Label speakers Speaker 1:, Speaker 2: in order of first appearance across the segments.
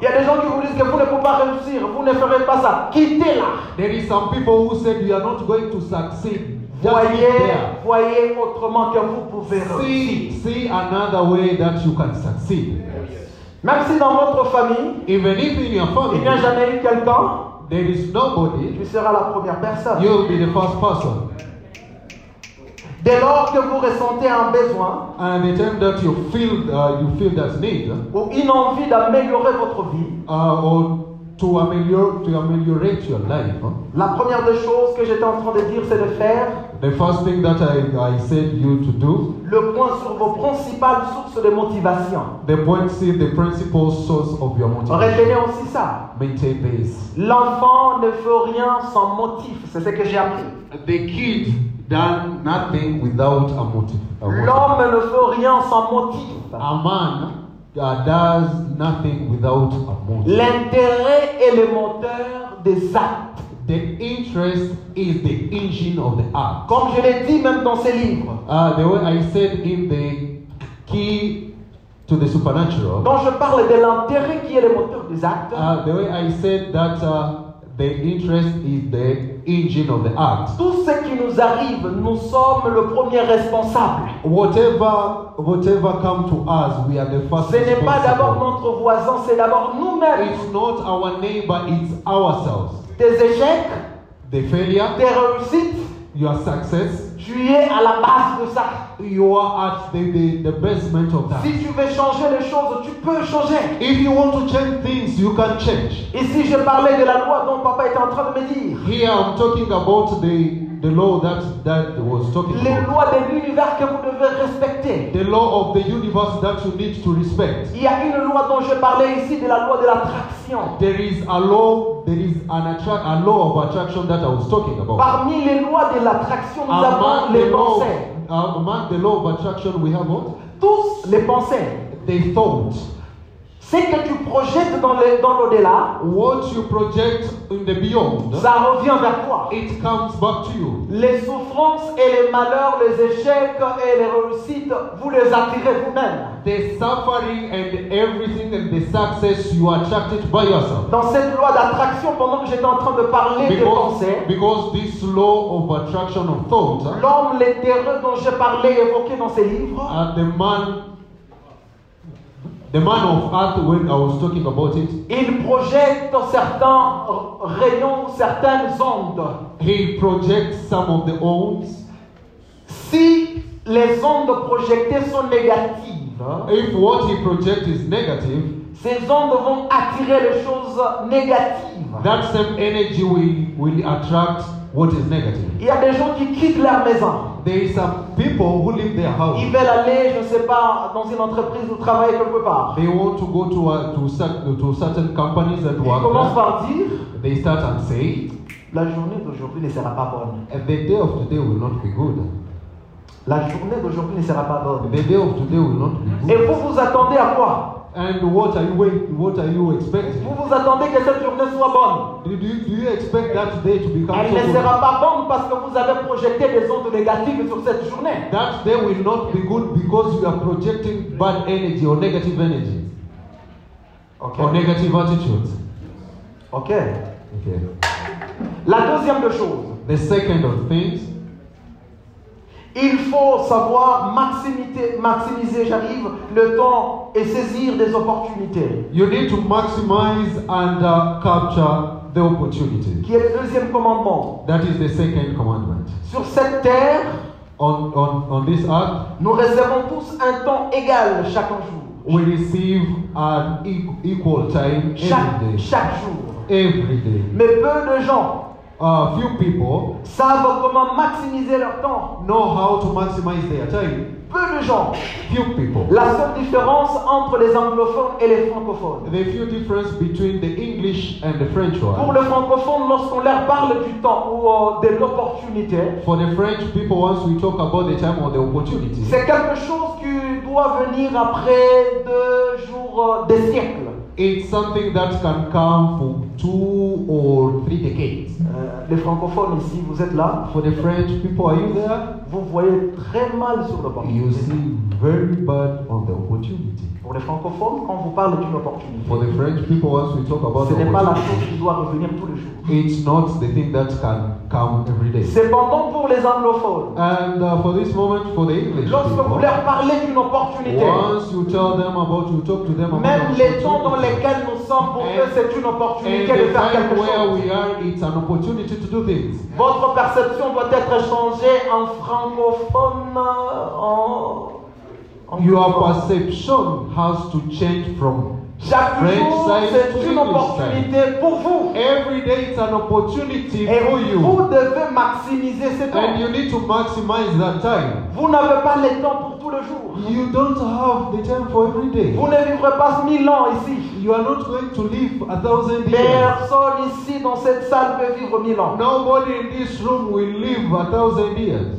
Speaker 1: Il y a des gens qui vous disent que vous ne pouvez pas réussir, vous ne ferez pas ça. Quittez-la.
Speaker 2: There is some people who said you are not going to succeed. Just leave
Speaker 1: Voyez,
Speaker 2: there.
Speaker 1: voyez autrement que vous pouvez réussir.
Speaker 2: See, see another way that you can succeed.
Speaker 1: Même si dans votre famille,
Speaker 2: Even if in your
Speaker 1: il n'y a
Speaker 2: family
Speaker 1: jamais eu quelqu'un,
Speaker 2: there is nobody,
Speaker 1: tu seras la première personne.
Speaker 2: you will be the first person.
Speaker 1: Dès lors que vous ressentez un besoin
Speaker 2: And the time that you feel uh, you feel that need
Speaker 1: ou une envie d'améliorer votre vie,
Speaker 2: uh, or to ameliorate to ameliorate your life, uh, huh?
Speaker 1: la première des choses que j'étais en train de dire, c'est de faire
Speaker 2: the first thing that I, I said you to do,
Speaker 1: le point sur vos principales sources de motivation.
Speaker 2: the point is the principal source of your motivation.
Speaker 1: Retenez aussi ça.
Speaker 2: Maintain this.
Speaker 1: L'enfant ne fait rien sans motif. C'est ce que j'ai appris.
Speaker 2: The kid done nothing without a motive. A, motive.
Speaker 1: L'homme ne fait rien sans motif.
Speaker 2: A man uh, does nothing without a motive.
Speaker 1: L'intérêt est le moteur des actes.
Speaker 2: The interest is the engine of the act.
Speaker 1: Comme je l'ai dit même dans ces livres,
Speaker 2: Uh, the way I said in the key to the supernatural,
Speaker 1: quand je parle de l'intérêt qui est le moteur des actes,
Speaker 2: uh, the way I said that uh, the interest is the engine of the act.
Speaker 1: tout ce qui nous arrive, nous sommes le premier responsable.
Speaker 2: Whatever whatever come to us, we are the first.
Speaker 1: Ce n'est pas d'abord
Speaker 2: responsible.
Speaker 1: notre voisin, c'est d'abord nous-mêmes.
Speaker 2: It's not our neighbor, it's ourselves.
Speaker 1: Tes échecs,
Speaker 2: The failure,
Speaker 1: tes réussites,
Speaker 2: your success,
Speaker 1: tu es à la base de ça.
Speaker 2: you are at the, the, the basement of that.
Speaker 1: Si tu veux changer les choses, tu peux changer.
Speaker 2: If you want to change things, you can change.
Speaker 1: Ici, je parlais de la loi dont papa était en train de me dire.
Speaker 2: Here I'm talking about the, the law that that was talking
Speaker 1: Les
Speaker 2: about.
Speaker 1: lois de l'univers que vous devez respecter.
Speaker 2: The law of the universe that you need to respect.
Speaker 1: Il y a une loi dont je parlais ici, de la loi de l'attraction.
Speaker 2: There is a law, there is an attract a law of attraction that I was talking about.
Speaker 1: Parmi les lois de l'attraction, nous avons
Speaker 2: Among
Speaker 1: les
Speaker 2: the law,
Speaker 1: pensées.
Speaker 2: uh, among the law of attraction, we have what?
Speaker 1: Tous les pensées.
Speaker 2: The thought.
Speaker 1: Ce que tu projettes dans le- dans l'au-delà,
Speaker 2: What you project in the beyond,
Speaker 1: ça revient vers toi.
Speaker 2: it comes back to you.
Speaker 1: Les souffrances et les malheurs, les échecs et les réussites, vous les attirez vous-même.
Speaker 2: The suffering and everything and the success you are attracted by yourself.
Speaker 1: Dans cette loi d'attraction, pendant que j'étais en train de parler de
Speaker 2: Because,
Speaker 1: pensée,
Speaker 2: because this law of attraction of thought,
Speaker 1: l'homme l'éthéreux dont j'ai parlé, évoqué dans ces livres,
Speaker 2: uh, the man, the man of earth, when I was talking about it,
Speaker 1: il projette certains r- rayons, certaines ondes.
Speaker 2: he projects some of the homes.
Speaker 1: Si les ondes projetées sont négatives,
Speaker 2: If what he projects is negative,
Speaker 1: ces ondes vont attirer les choses négatives.
Speaker 2: that same energy will, will attract what is negative.
Speaker 1: Il y a des gens qui quittent leur maison.
Speaker 2: There is some people who leave their
Speaker 1: Ils
Speaker 2: house.
Speaker 1: veulent aller, je ne sais pas, dans une entreprise ou travailler quelque part.
Speaker 2: They want to go to, uh, to, cer- to certain companies that
Speaker 1: Ils commencent
Speaker 2: work.
Speaker 1: par dire
Speaker 2: there. They start and say,
Speaker 1: La journée d'aujourd'hui ne sera pas bonne.
Speaker 2: And the day of today will not be good.
Speaker 1: La journée d'aujourd'hui ne sera pas bonne.
Speaker 2: The day of today will not be
Speaker 1: Et
Speaker 2: good.
Speaker 1: vous vous attendez à quoi
Speaker 2: And what are you wait, what are you
Speaker 1: Vous
Speaker 2: expecting?
Speaker 1: vous attendez que cette journée soit bonne.
Speaker 2: Do, do, do you expect that day to become
Speaker 1: Elle
Speaker 2: so
Speaker 1: ne
Speaker 2: good?
Speaker 1: sera pas bonne parce que vous avez projeté des ondes négatives sur cette journée.
Speaker 2: That day will not be good because you are projecting bad energy or negative energy
Speaker 1: Ok.
Speaker 2: or negative attitudes.
Speaker 1: Ok.
Speaker 2: Okay.
Speaker 1: La deuxième des choses,
Speaker 2: The second of things,
Speaker 1: il faut savoir maximiser, maximiser j'arrive, le temps et saisir des opportunités.
Speaker 2: you need to maximize and uh, capture the opportunity.
Speaker 1: Qui est le deuxième commandement.
Speaker 2: That is the second commandment.
Speaker 1: Sur cette terre,
Speaker 2: On, on, on this earth,
Speaker 1: nous recevons tous un temps égal chaque jour.
Speaker 2: we receive an e- equal time every
Speaker 1: Chaque,
Speaker 2: day.
Speaker 1: chaque jour.
Speaker 2: every day.
Speaker 1: Mais peu de gens
Speaker 2: Uh, few people
Speaker 1: savent comment maximiser leur temps.
Speaker 2: know how to maximize their time.
Speaker 1: Peu de gens.
Speaker 2: Few people.
Speaker 1: La seule différence entre les anglophones et les francophones.
Speaker 2: The few difference between the English and the French
Speaker 1: Pour
Speaker 2: one.
Speaker 1: le francophone, lorsqu'on leur parle du temps ou euh, de l'opportunité,
Speaker 2: For the French people, once we talk about the time or the opportunity,
Speaker 1: c'est quelque chose qui doit venir après deux jours, euh, des siècles.
Speaker 2: it's something that can come two or three decades.
Speaker 1: Euh, les francophones ici, vous êtes là,
Speaker 2: For the French people, are you there?
Speaker 1: vous voyez très mal sur
Speaker 2: You
Speaker 1: l'opportunité.
Speaker 2: see very bad on the opportunity.
Speaker 1: Pour les francophones, quand vous parlez d'une opportunité,
Speaker 2: For the French people, once we talk about
Speaker 1: ce
Speaker 2: the
Speaker 1: n'est pas la
Speaker 2: opportunity,
Speaker 1: chose qui doit revenir tous les jours.
Speaker 2: it's not the thing that can come every day.
Speaker 1: Cependant, pour les anglophones,
Speaker 2: And uh, for this moment, for the English
Speaker 1: lorsque vous
Speaker 2: people,
Speaker 1: leur parlez d'une opportunité,
Speaker 2: once you tell them about, you talk to them about
Speaker 1: même
Speaker 2: the
Speaker 1: les temps dans
Speaker 2: opportunity,
Speaker 1: lesquels nous sommes, pour eux, c'est une
Speaker 2: and
Speaker 1: opportunité de
Speaker 2: the
Speaker 1: faire
Speaker 2: time
Speaker 1: quelque
Speaker 2: where we
Speaker 1: chose.
Speaker 2: are, it's an opportunity to do things.
Speaker 1: Votre perception doit être changée en francophone, en... en
Speaker 2: Your
Speaker 1: francophone.
Speaker 2: perception has to change from
Speaker 1: Chaque
Speaker 2: French
Speaker 1: jour,
Speaker 2: side to
Speaker 1: c'est une
Speaker 2: English
Speaker 1: opportunité pour vous.
Speaker 2: every day. It's an opportunity
Speaker 1: Et
Speaker 2: for
Speaker 1: vous
Speaker 2: you,
Speaker 1: devez maximiser ce temps.
Speaker 2: and you need to maximize that time.
Speaker 1: Vous n'avez pas le temps pour tout le jour.
Speaker 2: You don't have the time for every day.
Speaker 1: Vous ne vivrez pas mille ans ici.
Speaker 2: You are not going to live a thousand years.
Speaker 1: Personne ici dans cette salle peut vivre mille ans.
Speaker 2: Nobody in this room will live a thousand years.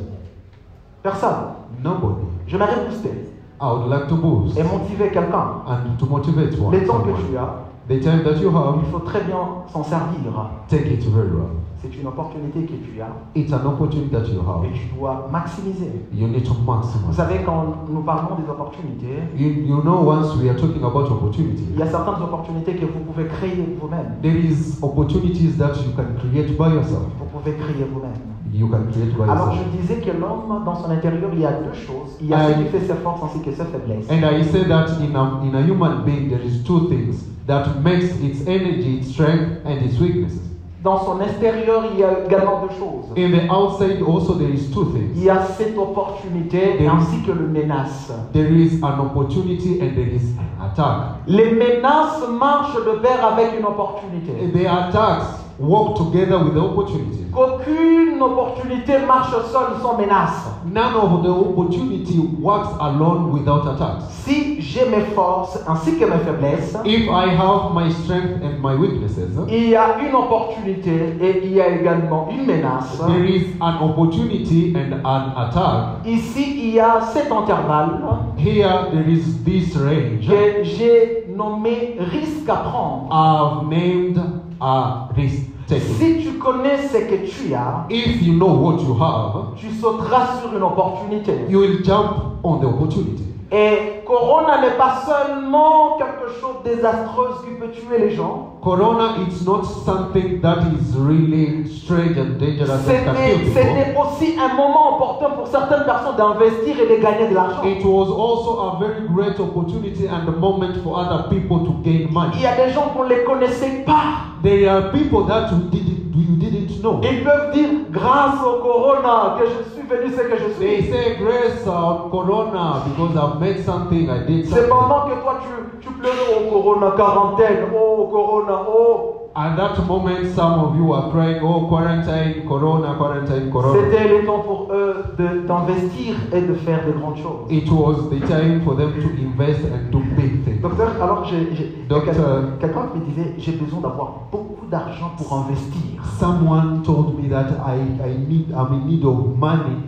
Speaker 1: Personne.
Speaker 2: Nobody.
Speaker 1: Je l'aurais boosté
Speaker 2: I would like to boost
Speaker 1: et motiver quelqu'un.
Speaker 2: and to motivate one.
Speaker 1: Le temps que
Speaker 2: someone.
Speaker 1: tu as,
Speaker 2: The time that you
Speaker 1: il
Speaker 2: have,
Speaker 1: faut très bien s'en servir.
Speaker 2: take it very well.
Speaker 1: C'est une opportunité que tu as
Speaker 2: It's an opportunity that you have.
Speaker 1: et tu dois maximiser.
Speaker 2: You need to
Speaker 1: Vous
Speaker 2: maximize.
Speaker 1: savez, quand nous parlons des opportunités,
Speaker 2: You, you know, once we are talking about opportunity,
Speaker 1: il y a certaines opportunités que vous pouvez créer vous-même.
Speaker 2: there is opportunities that you can create by yourself.
Speaker 1: Vous pouvez créer vous-même.
Speaker 2: You can create by
Speaker 1: Alors je
Speaker 2: yourself.
Speaker 1: disais que l'homme, dans son intérieur, il y a deux choses. Il y a
Speaker 2: Ah,
Speaker 1: ce qui
Speaker 2: oui.
Speaker 1: fait ses forces ainsi que ses faiblesses.
Speaker 2: And I say that in a, in a human being, there is two things that makes its energy, its strength, and its weaknesses.
Speaker 1: Dans son extérieur, il y a également deux choses.
Speaker 2: In the outside, also there is two
Speaker 1: Il
Speaker 2: things.
Speaker 1: y a cette opportunité
Speaker 2: Et-
Speaker 1: ainsi que le menace.
Speaker 2: There is an opportunity and there is an attack.
Speaker 1: Les menaces marchent de pair avec une opportunité.
Speaker 2: The attacks work together with the opportunity.
Speaker 1: Qu'aucune opportunité marche seule sans menace.
Speaker 2: None of the opportunity works alone without attacks.
Speaker 1: Si j'ai mes forces ainsi que mes faiblesses,
Speaker 2: If I have my strength and my weaknesses,
Speaker 1: il y a une opportunité et il y a également une menace.
Speaker 2: there is an opportunity and an attack.
Speaker 1: Ici, il y a cet intervalle
Speaker 2: Here there is this range.
Speaker 1: que j'ai nommé risque à prendre.
Speaker 2: I've named a risk taking.
Speaker 1: Si tu connais ce que tu as,
Speaker 2: If you know what you have,
Speaker 1: tu sauteras sur une opportunité.
Speaker 2: you will jump on the opportunity.
Speaker 1: Et Corona n'est pas seulement quelque chose de désastreux qui peut tuer les gens.
Speaker 2: Corona is not something that is really strange and dangerous and can
Speaker 1: C'était
Speaker 2: kill people.
Speaker 1: c'était aussi un moment opportun pour certaines personnes d'investir et de gagner de l'argent.
Speaker 2: It was also a very great opportunity and a moment for other people to gain
Speaker 1: Il
Speaker 2: money.
Speaker 1: y a des gens qu'on ne les connaissait pas.
Speaker 2: There are people that you didn't, you didn't know.
Speaker 1: Ils peuvent dire, grâce au Corona, que je suis venu ce que je
Speaker 2: They
Speaker 1: suis.
Speaker 2: say grace on Corona because I've made something, I did something.
Speaker 1: Cependant que toi, tu, tu pleurais au Corona, quarantaine, oh Corona, oh.
Speaker 2: At that moment, some of you are crying, oh, quarantine, Corona, quarantine, Corona.
Speaker 1: C'était le temps pour eux de- d'investir et de faire de grandes choses.
Speaker 2: It was the time for them to invest and do big things.
Speaker 1: Docteur, alors j'ai- j'ai-
Speaker 2: Docteur.
Speaker 1: quelqu'un quelqu'un me disait j'ai besoin d'avoir beaucoup d'argent pour investir.
Speaker 2: Someone told me that I, I need, I'm in need of money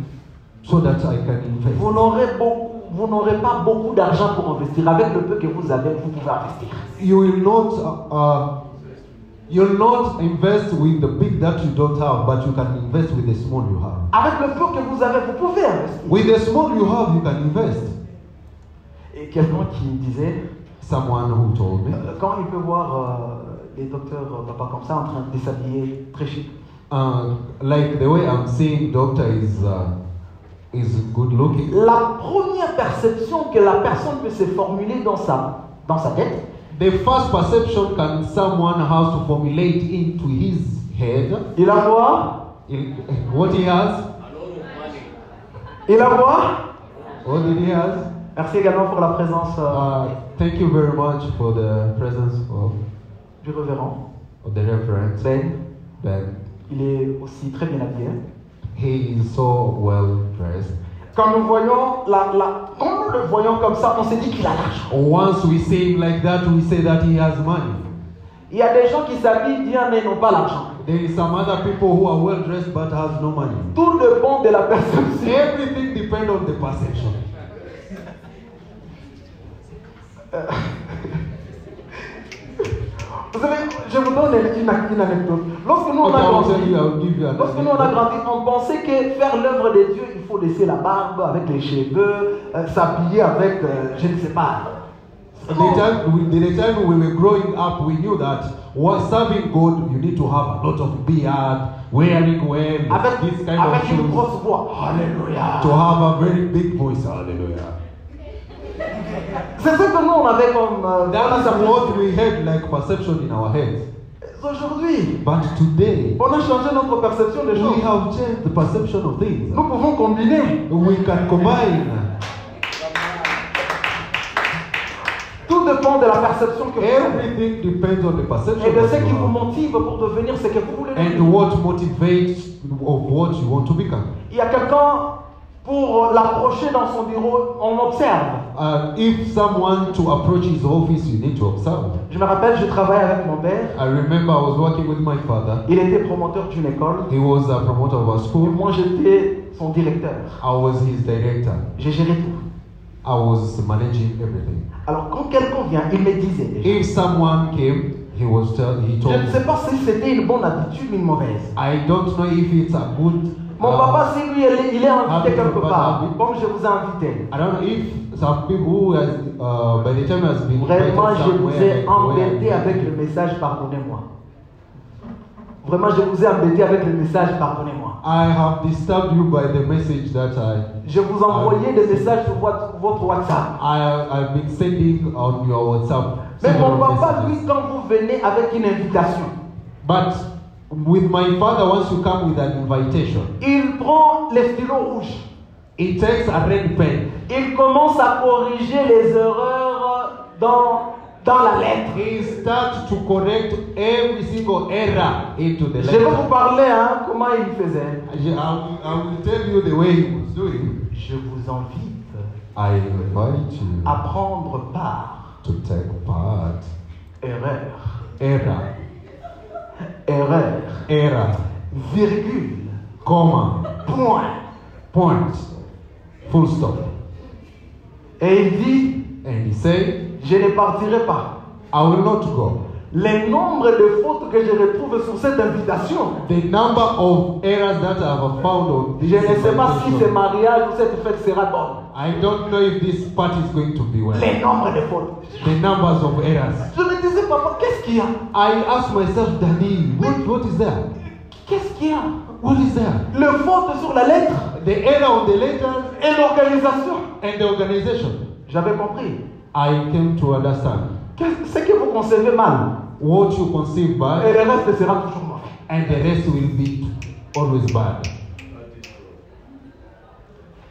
Speaker 2: so that I can
Speaker 1: Vous
Speaker 2: invest.
Speaker 1: n'aurez beaucoup- vous n'aurez pas beaucoup d'argent pour investir. Avec le peu que vous avez, vous pouvez investir.
Speaker 2: You will not, uh, you'll not invest with the big that you don't have, but you can invest with the small you have.
Speaker 1: Avec le peu que vous avez, vous pouvez investir.
Speaker 2: With the small you have, you can invest.
Speaker 1: Et quelqu'un qui me disait
Speaker 2: Someone who told me.
Speaker 1: euh, quand il peut voir euh, les docteurs euh, papa comme ça en train de s'habiller très chic,
Speaker 2: Uh, like the way I'm seeing doctor is uh, is good looking.
Speaker 1: la première perception que la personne peut se formuler dans sa dans sa tête,
Speaker 2: The first perception can someone has to formulate into his head
Speaker 1: il la voit
Speaker 2: in, what he has,
Speaker 1: Et la voix
Speaker 2: what did he has.
Speaker 1: Merci également pour la présence euh,
Speaker 2: Uh, thank you very much for the presence of,
Speaker 1: du révérend
Speaker 2: of the reference.
Speaker 1: Ben.
Speaker 2: Ben,
Speaker 1: Il est aussi très bien habillé.
Speaker 2: he is so well dressed.
Speaker 1: Quand nous voyons la, la- quand nous le voyons comme ça, on se dit qu'il a l'argent.
Speaker 2: Once we see him like that, we say that he has money.
Speaker 1: Il y a des gens qui s'habillent bien mais n'ont pas l'argent.
Speaker 2: There is some other people who are well dressed but has no money.
Speaker 1: Tout dépend de la perception.
Speaker 2: Everything depends on the perception.
Speaker 1: Vous savez, je vous donne une, une anecdote. Lorsque nous, on
Speaker 2: Okay,
Speaker 1: a
Speaker 2: I will
Speaker 1: grandi,
Speaker 2: tell you, I will give you an
Speaker 1: Lorsque nous on a
Speaker 2: example.
Speaker 1: grandi, on pensait que faire l'œuvre de Dieu, il faut laisser la barbe avec les cheveux, euh, s'habiller avec, euh, je ne sais pas.
Speaker 2: The time, we, the time we were growing up, we knew that while serving God, you need to have a lot of beard, wearing well,
Speaker 1: Avec,
Speaker 2: this kind
Speaker 1: avec
Speaker 2: of
Speaker 1: une
Speaker 2: shoes,
Speaker 1: grosse voix. Alléluia.
Speaker 2: to have a very big voice. Hallelujah.
Speaker 1: C'est ce que nous on avait comme. euh,
Speaker 2: That is
Speaker 1: comme
Speaker 2: what we had like perception in our heads.
Speaker 1: Aujourd'hui,
Speaker 2: But today,
Speaker 1: on a changé notre perception des
Speaker 2: we
Speaker 1: choses.
Speaker 2: have changed the perception of things.
Speaker 1: Nous pouvons combiner.
Speaker 2: We can combine.
Speaker 1: Tout dépend de la perception que vous
Speaker 2: Eh
Speaker 1: avez.
Speaker 2: Everything depends on the perception
Speaker 1: Et de
Speaker 2: that
Speaker 1: ce
Speaker 2: you
Speaker 1: qui vous
Speaker 2: have
Speaker 1: motive pour devenir ce que vous voulez.
Speaker 2: and what motivates of what you want to become.
Speaker 1: Il y a quelqu'un pour l'approcher dans son bureau, on observe.
Speaker 2: Uh, if someone to approach his office, you need to observe.
Speaker 1: Je me rappelle, je travaillais avec mon père.
Speaker 2: I remember I was working with my father.
Speaker 1: Il était promoteur d'une école.
Speaker 2: He was a promoter of our
Speaker 1: Et
Speaker 2: school.
Speaker 1: moi, j'étais son directeur.
Speaker 2: I was his director.
Speaker 1: J'ai géré tout.
Speaker 2: I was managing everything.
Speaker 1: Alors, quand quelqu'un vient, il me disait déjà.
Speaker 2: If someone came, he was tell, he
Speaker 1: Je
Speaker 2: told
Speaker 1: ne sais
Speaker 2: me.
Speaker 1: pas si c'était une bonne habitude ou une mauvaise.
Speaker 2: I don't know if it's a good.
Speaker 1: Mon
Speaker 2: uh,
Speaker 1: papa, si lui, il est, il est invité
Speaker 2: habit,
Speaker 1: quelque
Speaker 2: bad
Speaker 1: part,
Speaker 2: habit.
Speaker 1: comme je vous ai invité,
Speaker 2: I don't know if some people who has uh, by the time has been invited
Speaker 1: vraiment, je vous ai
Speaker 2: somewhere,
Speaker 1: embêté
Speaker 2: where-
Speaker 1: avec le message, pardonnez-moi. Vraiment, je vous ai embêté avec le message, pardonnez-moi.
Speaker 2: I have disturbed you by the message that I
Speaker 1: Je vous envoyais des messages sur votre, votre WhatsApp.
Speaker 2: I have been sending on your WhatsApp.
Speaker 1: Mais
Speaker 2: several
Speaker 1: mon papa,
Speaker 2: messages.
Speaker 1: lui, quand vous venez avec une invitation,
Speaker 2: But with my father, once you come with an invitation,
Speaker 1: il prend les stylos rouges.
Speaker 2: it takes a red pen.
Speaker 1: Il commence à corriger les erreurs dans, dans la lettre.
Speaker 2: He starts to correct every single error into the
Speaker 1: Je vais vous
Speaker 2: letter.
Speaker 1: parler, hein, comment il faisait.
Speaker 2: I will, I will tell you the way he was doing.
Speaker 1: Je vous invite
Speaker 2: I invite you
Speaker 1: à prendre part.
Speaker 2: to take part.
Speaker 1: Erreur,
Speaker 2: Error,
Speaker 1: erreur,
Speaker 2: error,
Speaker 1: virgule,
Speaker 2: comma,
Speaker 1: point.
Speaker 2: point, full stop.
Speaker 1: Et il dit,
Speaker 2: And he said,
Speaker 1: je ne partirai pas.
Speaker 2: I will not go.
Speaker 1: Les nombres de fautes que je retrouve sur cette invitation,
Speaker 2: The number of errors that I have found on this
Speaker 1: je ne sais pas si ce
Speaker 2: invitation,
Speaker 1: mariage ou cette fête sera bonne.
Speaker 2: I don't know if this part is going to be well.
Speaker 1: Les nombres de fautes.
Speaker 2: The numbers of errors.
Speaker 1: Je me disais, papa, qu'est-ce qu'il y a
Speaker 2: I ask myself, Daddy, what, what is there?
Speaker 1: Qu'est-ce qu'il y a
Speaker 2: What is there?
Speaker 1: Le faute sur la lettre
Speaker 2: The error on the letters
Speaker 1: et l'organisation.
Speaker 2: and the organization.
Speaker 1: J'avais compris.
Speaker 2: I came to understand
Speaker 1: Qu'est-ce ce que vous concevez mal
Speaker 2: what you conceive
Speaker 1: et
Speaker 2: bad
Speaker 1: le reste sera toujours mauvais.
Speaker 2: and the rest will be always bad.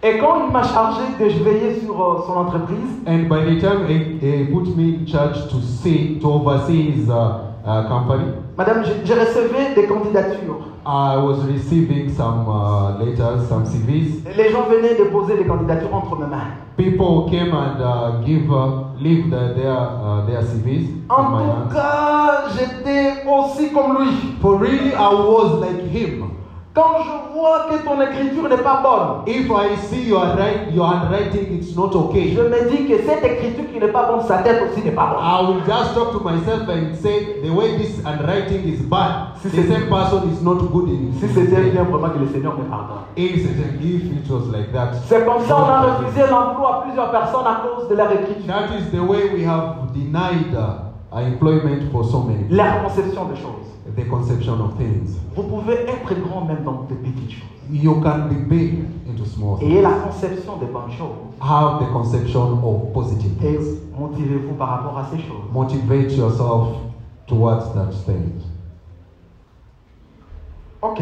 Speaker 1: Et quand il m'a chargé de veiller sur euh, son entreprise,
Speaker 2: And by the time he, he put me in charge to see, to oversee his uh, uh, company,
Speaker 1: madame, j'ai j'ai recevé des candidatures.
Speaker 2: I was receiving some uh, letters, some CVs.
Speaker 1: Les gens venaient déposer des candidatures entre mes mains.
Speaker 2: People came and uh, give, uh, leave the, their, uh, their CVs in
Speaker 1: En
Speaker 2: my
Speaker 1: tout
Speaker 2: hands.
Speaker 1: cas, j'étais aussi comme lui.
Speaker 2: For really, I was like him.
Speaker 1: Quand je vois que ton écriture n'est pas bonne,
Speaker 2: If I see your write, your handwriting, it's not
Speaker 1: je
Speaker 2: okay.
Speaker 1: me dis que cette écriture qui n'est pas bonne, sa tête aussi n'est pas bonne.
Speaker 2: I will just talk to myself and say the way this handwriting is bad.
Speaker 1: Si
Speaker 2: the
Speaker 1: c'est-
Speaker 2: same person is not good in
Speaker 1: Si c'était bien, vraiment que le Seigneur me pardonne.
Speaker 2: If it- if it was like that.
Speaker 1: C'est comme ça qu'on a refusé l'emploi à plusieurs personnes à cause de leur écriture,
Speaker 2: That is the way we have denied uh, employment for so many. people.
Speaker 1: leur conception des choses.
Speaker 2: The conception of things.
Speaker 1: Vous pouvez être grand même dans de petites choses.
Speaker 2: You can be big into small things.
Speaker 1: Ayez la conception des bonnes choses.
Speaker 2: Have the conception of positive
Speaker 1: Et
Speaker 2: things.
Speaker 1: motivez-vous par rapport à ces choses.
Speaker 2: Motivate yourself towards that thing.
Speaker 1: Ok.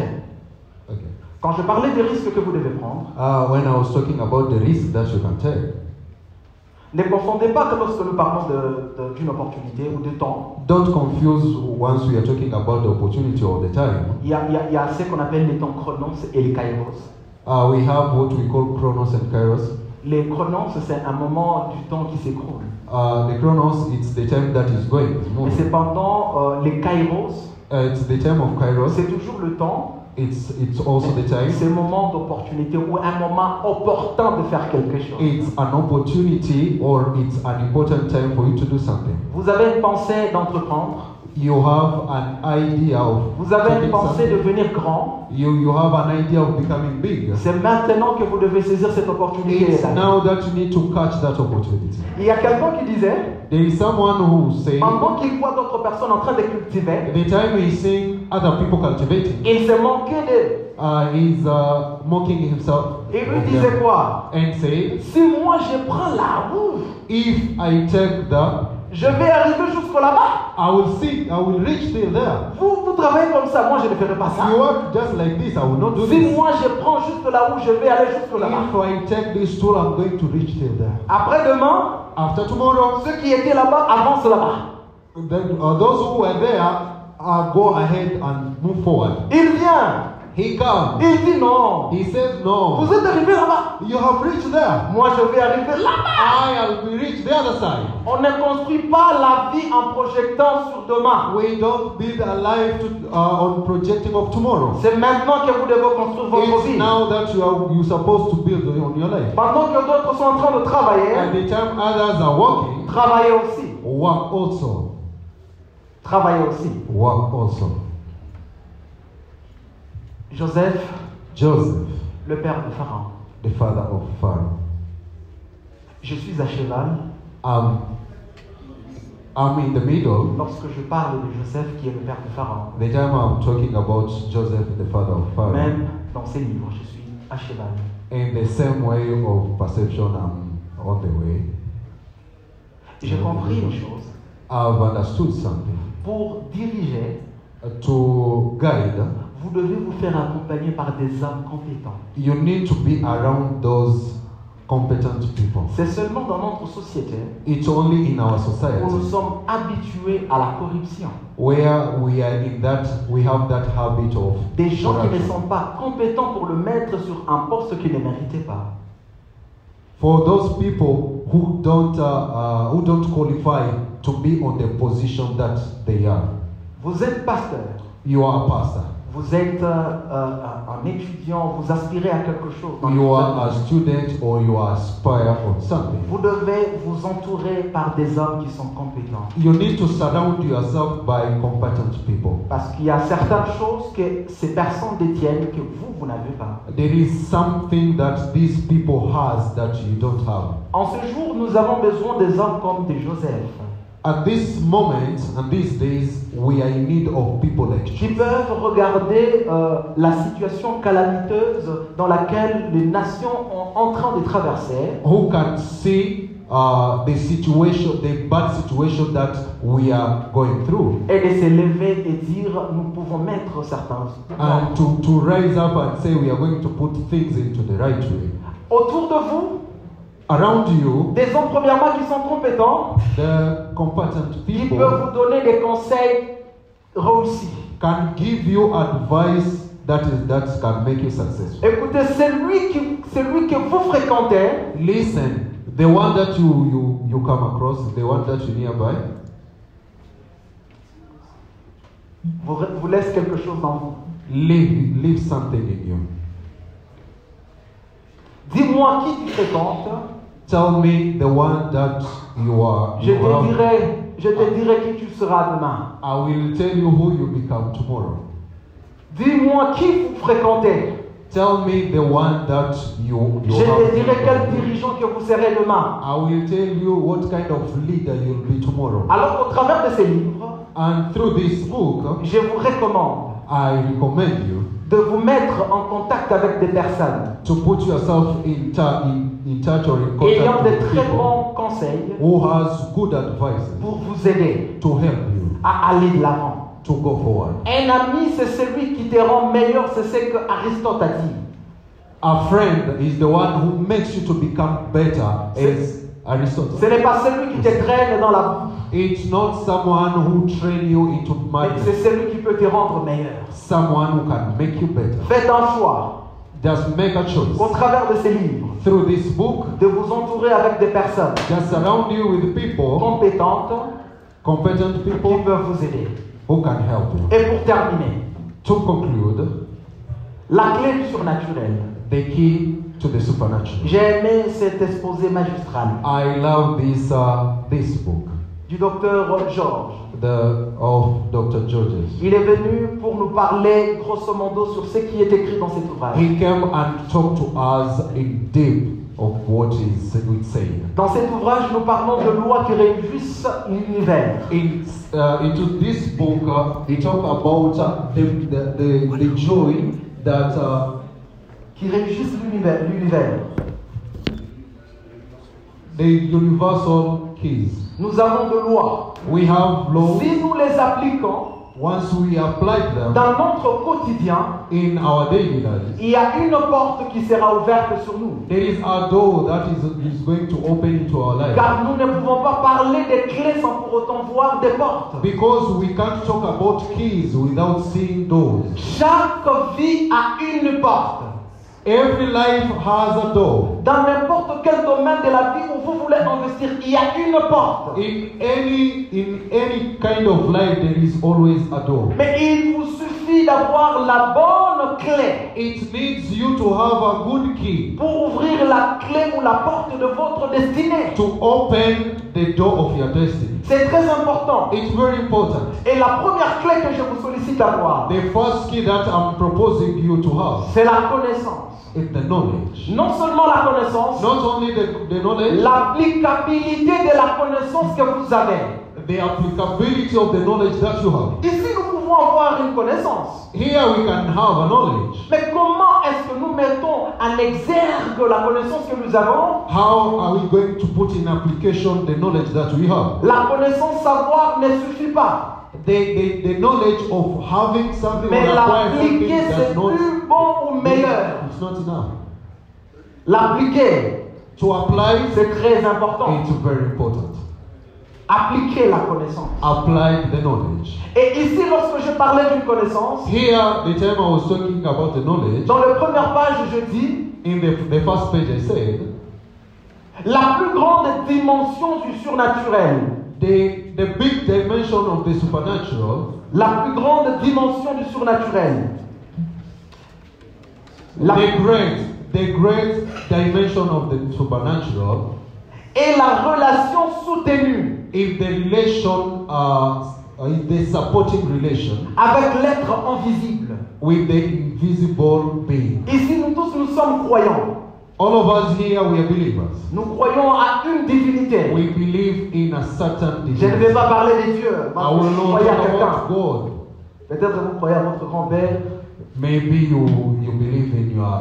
Speaker 2: Okay.
Speaker 1: Quand je parlais des risques que vous devez prendre,
Speaker 2: Uh, when I was talking about the risk that you can take,
Speaker 1: ne confondez pas que lorsque nous parlons de- de- d'une opportunité ou de temps,
Speaker 2: don't confuse once we are talking about the opportunity all the time.
Speaker 1: il y a, il y a- il y a ce qu'on appelle les temps chronos et les kairos.
Speaker 2: Uh, we have what we call chronos and kairos.
Speaker 1: Les chronos, c'est un moment du temps qui s'écroule.
Speaker 2: Uh, the chronos, it's the time that is going, it's
Speaker 1: Mais
Speaker 2: moving.
Speaker 1: cependant, euh, les kairos,
Speaker 2: Uh, it's the time of kairos.
Speaker 1: c'est toujours le temps
Speaker 2: It's it's also the time.
Speaker 1: C'est un moment d'opportunité ou un moment opportun de faire quelque chose.
Speaker 2: It's an opportunity or it's an important time for you to do something.
Speaker 1: Vous avez une pensée d'entreprendre,
Speaker 2: you have an idea of
Speaker 1: Vous avez une
Speaker 2: taking
Speaker 1: pensée
Speaker 2: something.
Speaker 1: de devenir grand.
Speaker 2: You, you have an idea of becoming big.
Speaker 1: C'est maintenant que vous devez saisir cette opportunité.
Speaker 2: It's now that you need to catch that opportunity.
Speaker 1: Il y a quelqu'un qui disait,
Speaker 2: There is someone who saying
Speaker 1: pendant qu'il voit d'autres personnes en train de cultiver,
Speaker 2: the time he's seeing other people cultivating,
Speaker 1: il s'est moqué d'eux.
Speaker 2: uh, he's uh, mocking himself
Speaker 1: Et lui
Speaker 2: of
Speaker 1: disait
Speaker 2: them
Speaker 1: quoi
Speaker 2: and saying,
Speaker 1: Si moi je prends la roue,
Speaker 2: if I take that,
Speaker 1: je vais arriver jusqu'au là-bas.
Speaker 2: I will see, I will reach there. there.
Speaker 1: Vous, vous travaillez comme ça, moi je ne ferai pas ça.
Speaker 2: You work just like this. I will not do
Speaker 1: Si
Speaker 2: this.
Speaker 1: moi je prends juste la roue, je vais aller jusqu'au là-bas.
Speaker 2: If I take this tool, I'm going to reach till there.
Speaker 1: Après-demain,
Speaker 2: After tomorrow,
Speaker 1: ceux qui étaient là-bas avancent là-bas.
Speaker 2: then uh, those who were there uh, go ahead and move forward.
Speaker 1: Il vient,
Speaker 2: He comes.
Speaker 1: il dit non.
Speaker 2: He says, No,
Speaker 1: Vous êtes arrivé là-bas.
Speaker 2: you have reached there.
Speaker 1: Moi je vais arriver là-bas.
Speaker 2: I'll be reached the other side.
Speaker 1: On ne construit pas la vie en projectant sur demain.
Speaker 2: We don't build a life to, uh, on projecting of tomorrow.
Speaker 1: C'est maintenant que vous devez construire votre
Speaker 2: It's
Speaker 1: vie.
Speaker 2: now that you are you supposed to build on your life.
Speaker 1: Pendant que d'autres sont en train de travailler,
Speaker 2: And the time others are working,
Speaker 1: travaillez aussi.
Speaker 2: work also.
Speaker 1: Travaillez aussi.
Speaker 2: Work also.
Speaker 1: Joseph,
Speaker 2: Joseph,
Speaker 1: le père de Pharaon.
Speaker 2: the father of Pharaoh.
Speaker 1: Je suis à cheval
Speaker 2: Um, I'm in the middle.
Speaker 1: lorsque je parle de Joseph qui est le père de Pharaon.
Speaker 2: The time I'm talking about Joseph, the father of Pharaoh,
Speaker 1: Même dans ses livres, je suis à cheval.
Speaker 2: in the same way of perception, I'm on the way.
Speaker 1: J'ai compris une chose.
Speaker 2: I've understood something.
Speaker 1: Pour diriger,
Speaker 2: Uh, To guide,
Speaker 1: vous devez vous faire accompagner par des hommes compétents.
Speaker 2: you need to be around those competent people.
Speaker 1: C'est seulement dans notre société
Speaker 2: It's only in our
Speaker 1: où nous
Speaker 2: society
Speaker 1: sommes habitués à la corruption.
Speaker 2: where we are in that we have that habit of
Speaker 1: Des gens qui ne
Speaker 2: corruption.
Speaker 1: sont pas compétents pour le mettre sur un poste qu'ils ne méritaient pas.
Speaker 2: for those people who don't uh, uh, who don't qualify to be on the position that they are.
Speaker 1: Vous êtes pasteur,
Speaker 2: You are a pastor.
Speaker 1: vous êtes euh, euh, un étudiant, vous aspirez à quelque chose.
Speaker 2: You are a student or you are aspire on something.
Speaker 1: Vous devez vous entourer par des hommes qui sont compétents.
Speaker 2: You need to surround yourself by competent people.
Speaker 1: Parce qu'il y a certaines choses que ces personnes détiennent que vous, vous n'avez pas.
Speaker 2: There is something that these people has that you don't have.
Speaker 1: En ce jour, nous avons besoin des hommes comme des Joseph.
Speaker 2: At this moment and these days, we are in need of people like
Speaker 1: qui
Speaker 2: you
Speaker 1: peuvent regarder euh, la situation calamiteuse dans laquelle les nations sont en train de traverser
Speaker 2: who can see uh, the situation, the bad situation that we are going through.
Speaker 1: et de se lever et dire nous pouvons mettre certains
Speaker 2: and to, to rise up and say we are going to put things into the right way.
Speaker 1: autour de vous
Speaker 2: Around you,
Speaker 1: des hommes premièrement qui sont compétents
Speaker 2: the competent
Speaker 1: qui peuvent
Speaker 2: people
Speaker 1: vous donner des conseils réussis
Speaker 2: can give you advice that is that can make you successful.
Speaker 1: écoutez celui qui celui que vous fréquentez
Speaker 2: Listen, the one that you you, you come across, the one that you nearby,
Speaker 1: vous, vous laisse quelque chose dans vous
Speaker 2: leave leave something in you.
Speaker 1: dis-moi qui tu fréquentes
Speaker 2: Tell me the one that you are.
Speaker 1: je
Speaker 2: you
Speaker 1: te
Speaker 2: are.
Speaker 1: dirai je te dirai qui tu seras demain
Speaker 2: I will tell you who you become tomorrow.
Speaker 1: Dis-moi qui vous fréquentez.
Speaker 2: Tell me the one that you.
Speaker 1: Je
Speaker 2: you
Speaker 1: te
Speaker 2: have
Speaker 1: dirai quel
Speaker 2: become.
Speaker 1: dirigeant que vous serez demain.
Speaker 2: I will tell you what kind of leader you'll be tomorrow.
Speaker 1: Alors, au travers de ces livres,
Speaker 2: And through this book,
Speaker 1: je vous recommande
Speaker 2: I recommend you
Speaker 1: de vous mettre en contact avec des personnes
Speaker 2: to put yourself in, ta- in, in touch or in
Speaker 1: ayant
Speaker 2: contact hein.
Speaker 1: de
Speaker 2: with
Speaker 1: très
Speaker 2: people
Speaker 1: bons conseils
Speaker 2: who has good advice
Speaker 1: pour vous aider
Speaker 2: to help you
Speaker 1: à aller de l'avant.
Speaker 2: to go forward.
Speaker 1: Un ami, c'est celui qui te rend meilleur, c'est ce que Aristote a dit.
Speaker 2: A friend is the one who makes you to become better, as
Speaker 1: Ce
Speaker 2: Aristotle.
Speaker 1: n'est pas celui qui te traîne dans la boue,
Speaker 2: It's not someone who train you into
Speaker 1: mais c'est
Speaker 2: madness.
Speaker 1: celui qui peut te rendre meilleur.
Speaker 2: Someone who can make you better.
Speaker 1: Faites un choix,
Speaker 2: Just make a
Speaker 1: au
Speaker 2: choice.
Speaker 1: travers de ces livres,
Speaker 2: Through this book,
Speaker 1: de vous entourer avec des personnes
Speaker 2: just surround you with people
Speaker 1: compétentes
Speaker 2: competent
Speaker 1: qui
Speaker 2: people
Speaker 1: peuvent vous aider.
Speaker 2: who can help you.
Speaker 1: Et pour terminer,
Speaker 2: To conclude,
Speaker 1: la clé du surnaturel.
Speaker 2: the key to the supernatural.
Speaker 1: J'ai aimé cet exposé magistral.
Speaker 2: I love this uh, this book.
Speaker 1: du docteur Georges.
Speaker 2: the, of Dr. Georges.
Speaker 1: Il est venu pour nous parler grosso modo sur ce qui est écrit dans cet ouvrage.
Speaker 2: He came and talked to us in deep of what is we saying.
Speaker 1: Dans cet ouvrage, nous parlons de lois qui régissent l'univers.
Speaker 2: In, uh, into this book, uh, he talked about uh, the, the, the, the joy that uh,
Speaker 1: Qui régissent l'univers. l'univers.
Speaker 2: the universal keys.
Speaker 1: Nous avons de lois.
Speaker 2: We have laws.
Speaker 1: Si nous les appliquons
Speaker 2: Once we apply them
Speaker 1: dans notre quotidien,
Speaker 2: in our daily life,
Speaker 1: il y a une porte qui sera ouverte sur nous.
Speaker 2: there is a door that is, is going to open into our life.
Speaker 1: Car nous ne pouvons pas parler des clés sans pour autant voir des portes.
Speaker 2: Because we can't talk about keys without seeing doors.
Speaker 1: Chaque vie a une porte.
Speaker 2: Every life has a door.
Speaker 1: Dans n'importe quel domaine de la vie où vous voulez investir, il y a une porte.
Speaker 2: In any in any kind of life, there is always a door.
Speaker 1: Mais il vous suffit d'avoir la bonne clé
Speaker 2: It needs you to have a good key
Speaker 1: pour ouvrir la clé ou la porte de votre destinée.
Speaker 2: to open the door of your destiny.
Speaker 1: C'est très important.
Speaker 2: It's very important.
Speaker 1: Et la première clé que je vous sollicite d'avoir,
Speaker 2: The first key that I'm proposing you to have
Speaker 1: c'est la connaissance.
Speaker 2: is the knowledge.
Speaker 1: Non seulement la connaissance,
Speaker 2: Not only the, the knowledge,
Speaker 1: l'applicabilité de la connaissance que vous avez.
Speaker 2: the applicability of the knowledge that you have.
Speaker 1: Ici, nous pouvons avoir une connaissance.
Speaker 2: Here we can have a knowledge.
Speaker 1: Mais comment est-ce que nous mettons en exergue la connaissance que nous avons
Speaker 2: How are we going to put in application the knowledge that we have?
Speaker 1: La connaissance savoir ne suffit pas.
Speaker 2: The, the, the knowledge of having something
Speaker 1: Mais
Speaker 2: or acquire something
Speaker 1: l'appliquer, c'est
Speaker 2: that's not
Speaker 1: plus bon ou meilleur.
Speaker 2: It's not enough.
Speaker 1: L'appliquer,
Speaker 2: To apply,
Speaker 1: c'est très important.
Speaker 2: it's very important.
Speaker 1: Appliquer la connaissance.
Speaker 2: Apply the knowledge.
Speaker 1: Et ici, lorsque je parlais d'une connaissance,
Speaker 2: Here, the time I was talking about the knowledge,
Speaker 1: dans la première page, je dis
Speaker 2: in the, the first page I said,
Speaker 1: la plus grande dimension du surnaturel.
Speaker 2: the, the big dimension of the supernatural,
Speaker 1: La plus grande dimension du surnaturel. La-
Speaker 2: the great, the great dimension of the supernatural,
Speaker 1: et la relation soutenue
Speaker 2: is the relation, uh, is the supporting relation
Speaker 1: avec l'être invisible.
Speaker 2: with the invisible being.
Speaker 1: Ici, nous tous, nous sommes croyants.
Speaker 2: All of us here, we are believers.
Speaker 1: Nous croyons à une divinité.
Speaker 2: We believe in a certain
Speaker 1: Je ne vais
Speaker 2: divinity.
Speaker 1: pas parler des dieux.
Speaker 2: I
Speaker 1: parce que
Speaker 2: will
Speaker 1: Vous
Speaker 2: not
Speaker 1: croyez à
Speaker 2: talk
Speaker 1: quelqu'un.
Speaker 2: about God.
Speaker 1: Peut-être vous croyez à votre grand-père.
Speaker 2: Maybe you you believe in your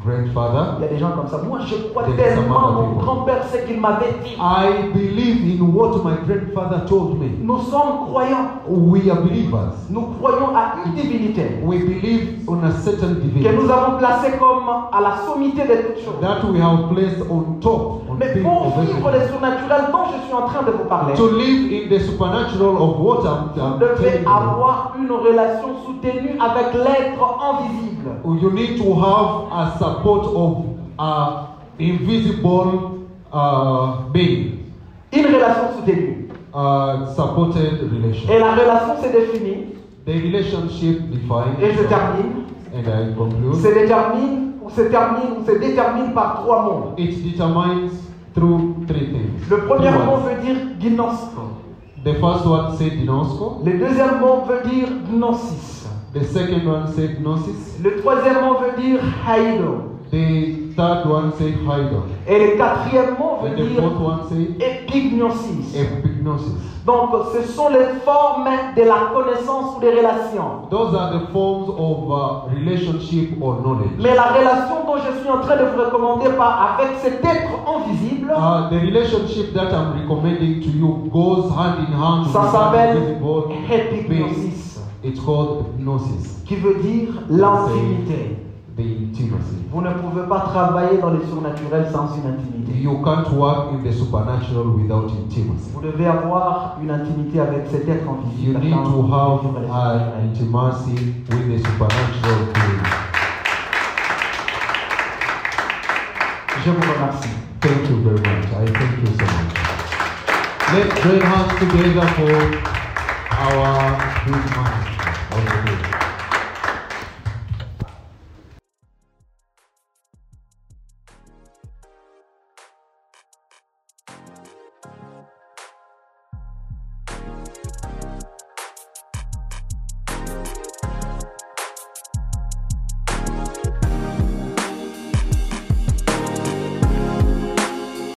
Speaker 1: Il
Speaker 2: grandfather.
Speaker 1: y a des gens comme ça. Moi, je crois
Speaker 2: Des Ah.
Speaker 1: tellement
Speaker 2: amants
Speaker 1: à
Speaker 2: de
Speaker 1: mon
Speaker 2: Dieu.
Speaker 1: grand-père, ce qu'il m'avait dit.
Speaker 2: I believe in what my grandfather told me.
Speaker 1: Nous sommes croyants.
Speaker 2: We are believers.
Speaker 1: Nous croyons à une divinité
Speaker 2: We believe on a certain
Speaker 1: que
Speaker 2: divinity
Speaker 1: nous avons placée comme à la sommité de toutes choses.
Speaker 2: that we have placed on top on
Speaker 1: Mais
Speaker 2: things
Speaker 1: pour
Speaker 2: of
Speaker 1: vivre
Speaker 2: everything.
Speaker 1: les surnaturels dont je suis en train de vous parler,
Speaker 2: To live in the supernatural of what I'm,
Speaker 1: vous
Speaker 2: I'm
Speaker 1: devez
Speaker 2: telling
Speaker 1: avoir une relation soutenue avec l'être invisible.
Speaker 2: you. You need to have a support of uh, invisible uh, being,
Speaker 1: Une relation soutenue.
Speaker 2: uh, supported relation.
Speaker 1: Et la relation s'est définie,
Speaker 2: The relationship defined.
Speaker 1: et je termine,
Speaker 2: And I conclude.
Speaker 1: se détermine ou se termine ou se détermine par trois mots.
Speaker 2: It determines through three things.
Speaker 1: Le premier
Speaker 2: Three
Speaker 1: mot
Speaker 2: words.
Speaker 1: veut dire gnosco.
Speaker 2: The first one said gnosko.
Speaker 1: Le deuxième mot veut dire gnosis.
Speaker 2: The second one said gnosis.
Speaker 1: Le troisième mot veut dire haïdo.
Speaker 2: The third one said hydon.
Speaker 1: Et le quatrième mot veut
Speaker 2: And the
Speaker 1: dire
Speaker 2: fourth one said
Speaker 1: epignosis.
Speaker 2: epignosis.
Speaker 1: Donc ce sont les formes de la connaissance ou des relations.
Speaker 2: Those are the forms of uh, relationship or knowledge.
Speaker 1: Mais la relation dont je suis en train de vous recommander par avec cet être invisible,
Speaker 2: Uh, the relationship that I'm recommending to you goes hand in hand with
Speaker 1: ça
Speaker 2: that
Speaker 1: s'appelle
Speaker 2: invisible being.
Speaker 1: epignosis,
Speaker 2: It's called gnosis,
Speaker 1: qui veut dire l'intimité.
Speaker 2: the intimacy.
Speaker 1: Vous ne pouvez pas travailler dans les surnaturels sans une intimité.
Speaker 2: You can't work in the supernatural without intimacy.
Speaker 1: Vous devez avoir une intimité avec cet être
Speaker 2: You
Speaker 1: invisible.
Speaker 2: need
Speaker 1: afin
Speaker 2: to
Speaker 1: de
Speaker 2: have
Speaker 1: vivre les
Speaker 2: an
Speaker 1: surnaturels.
Speaker 2: intimacy with the supernatural being.
Speaker 1: Je vous remercie.
Speaker 2: Thank you very much. I thank you so much. Let's join hands together for our good man.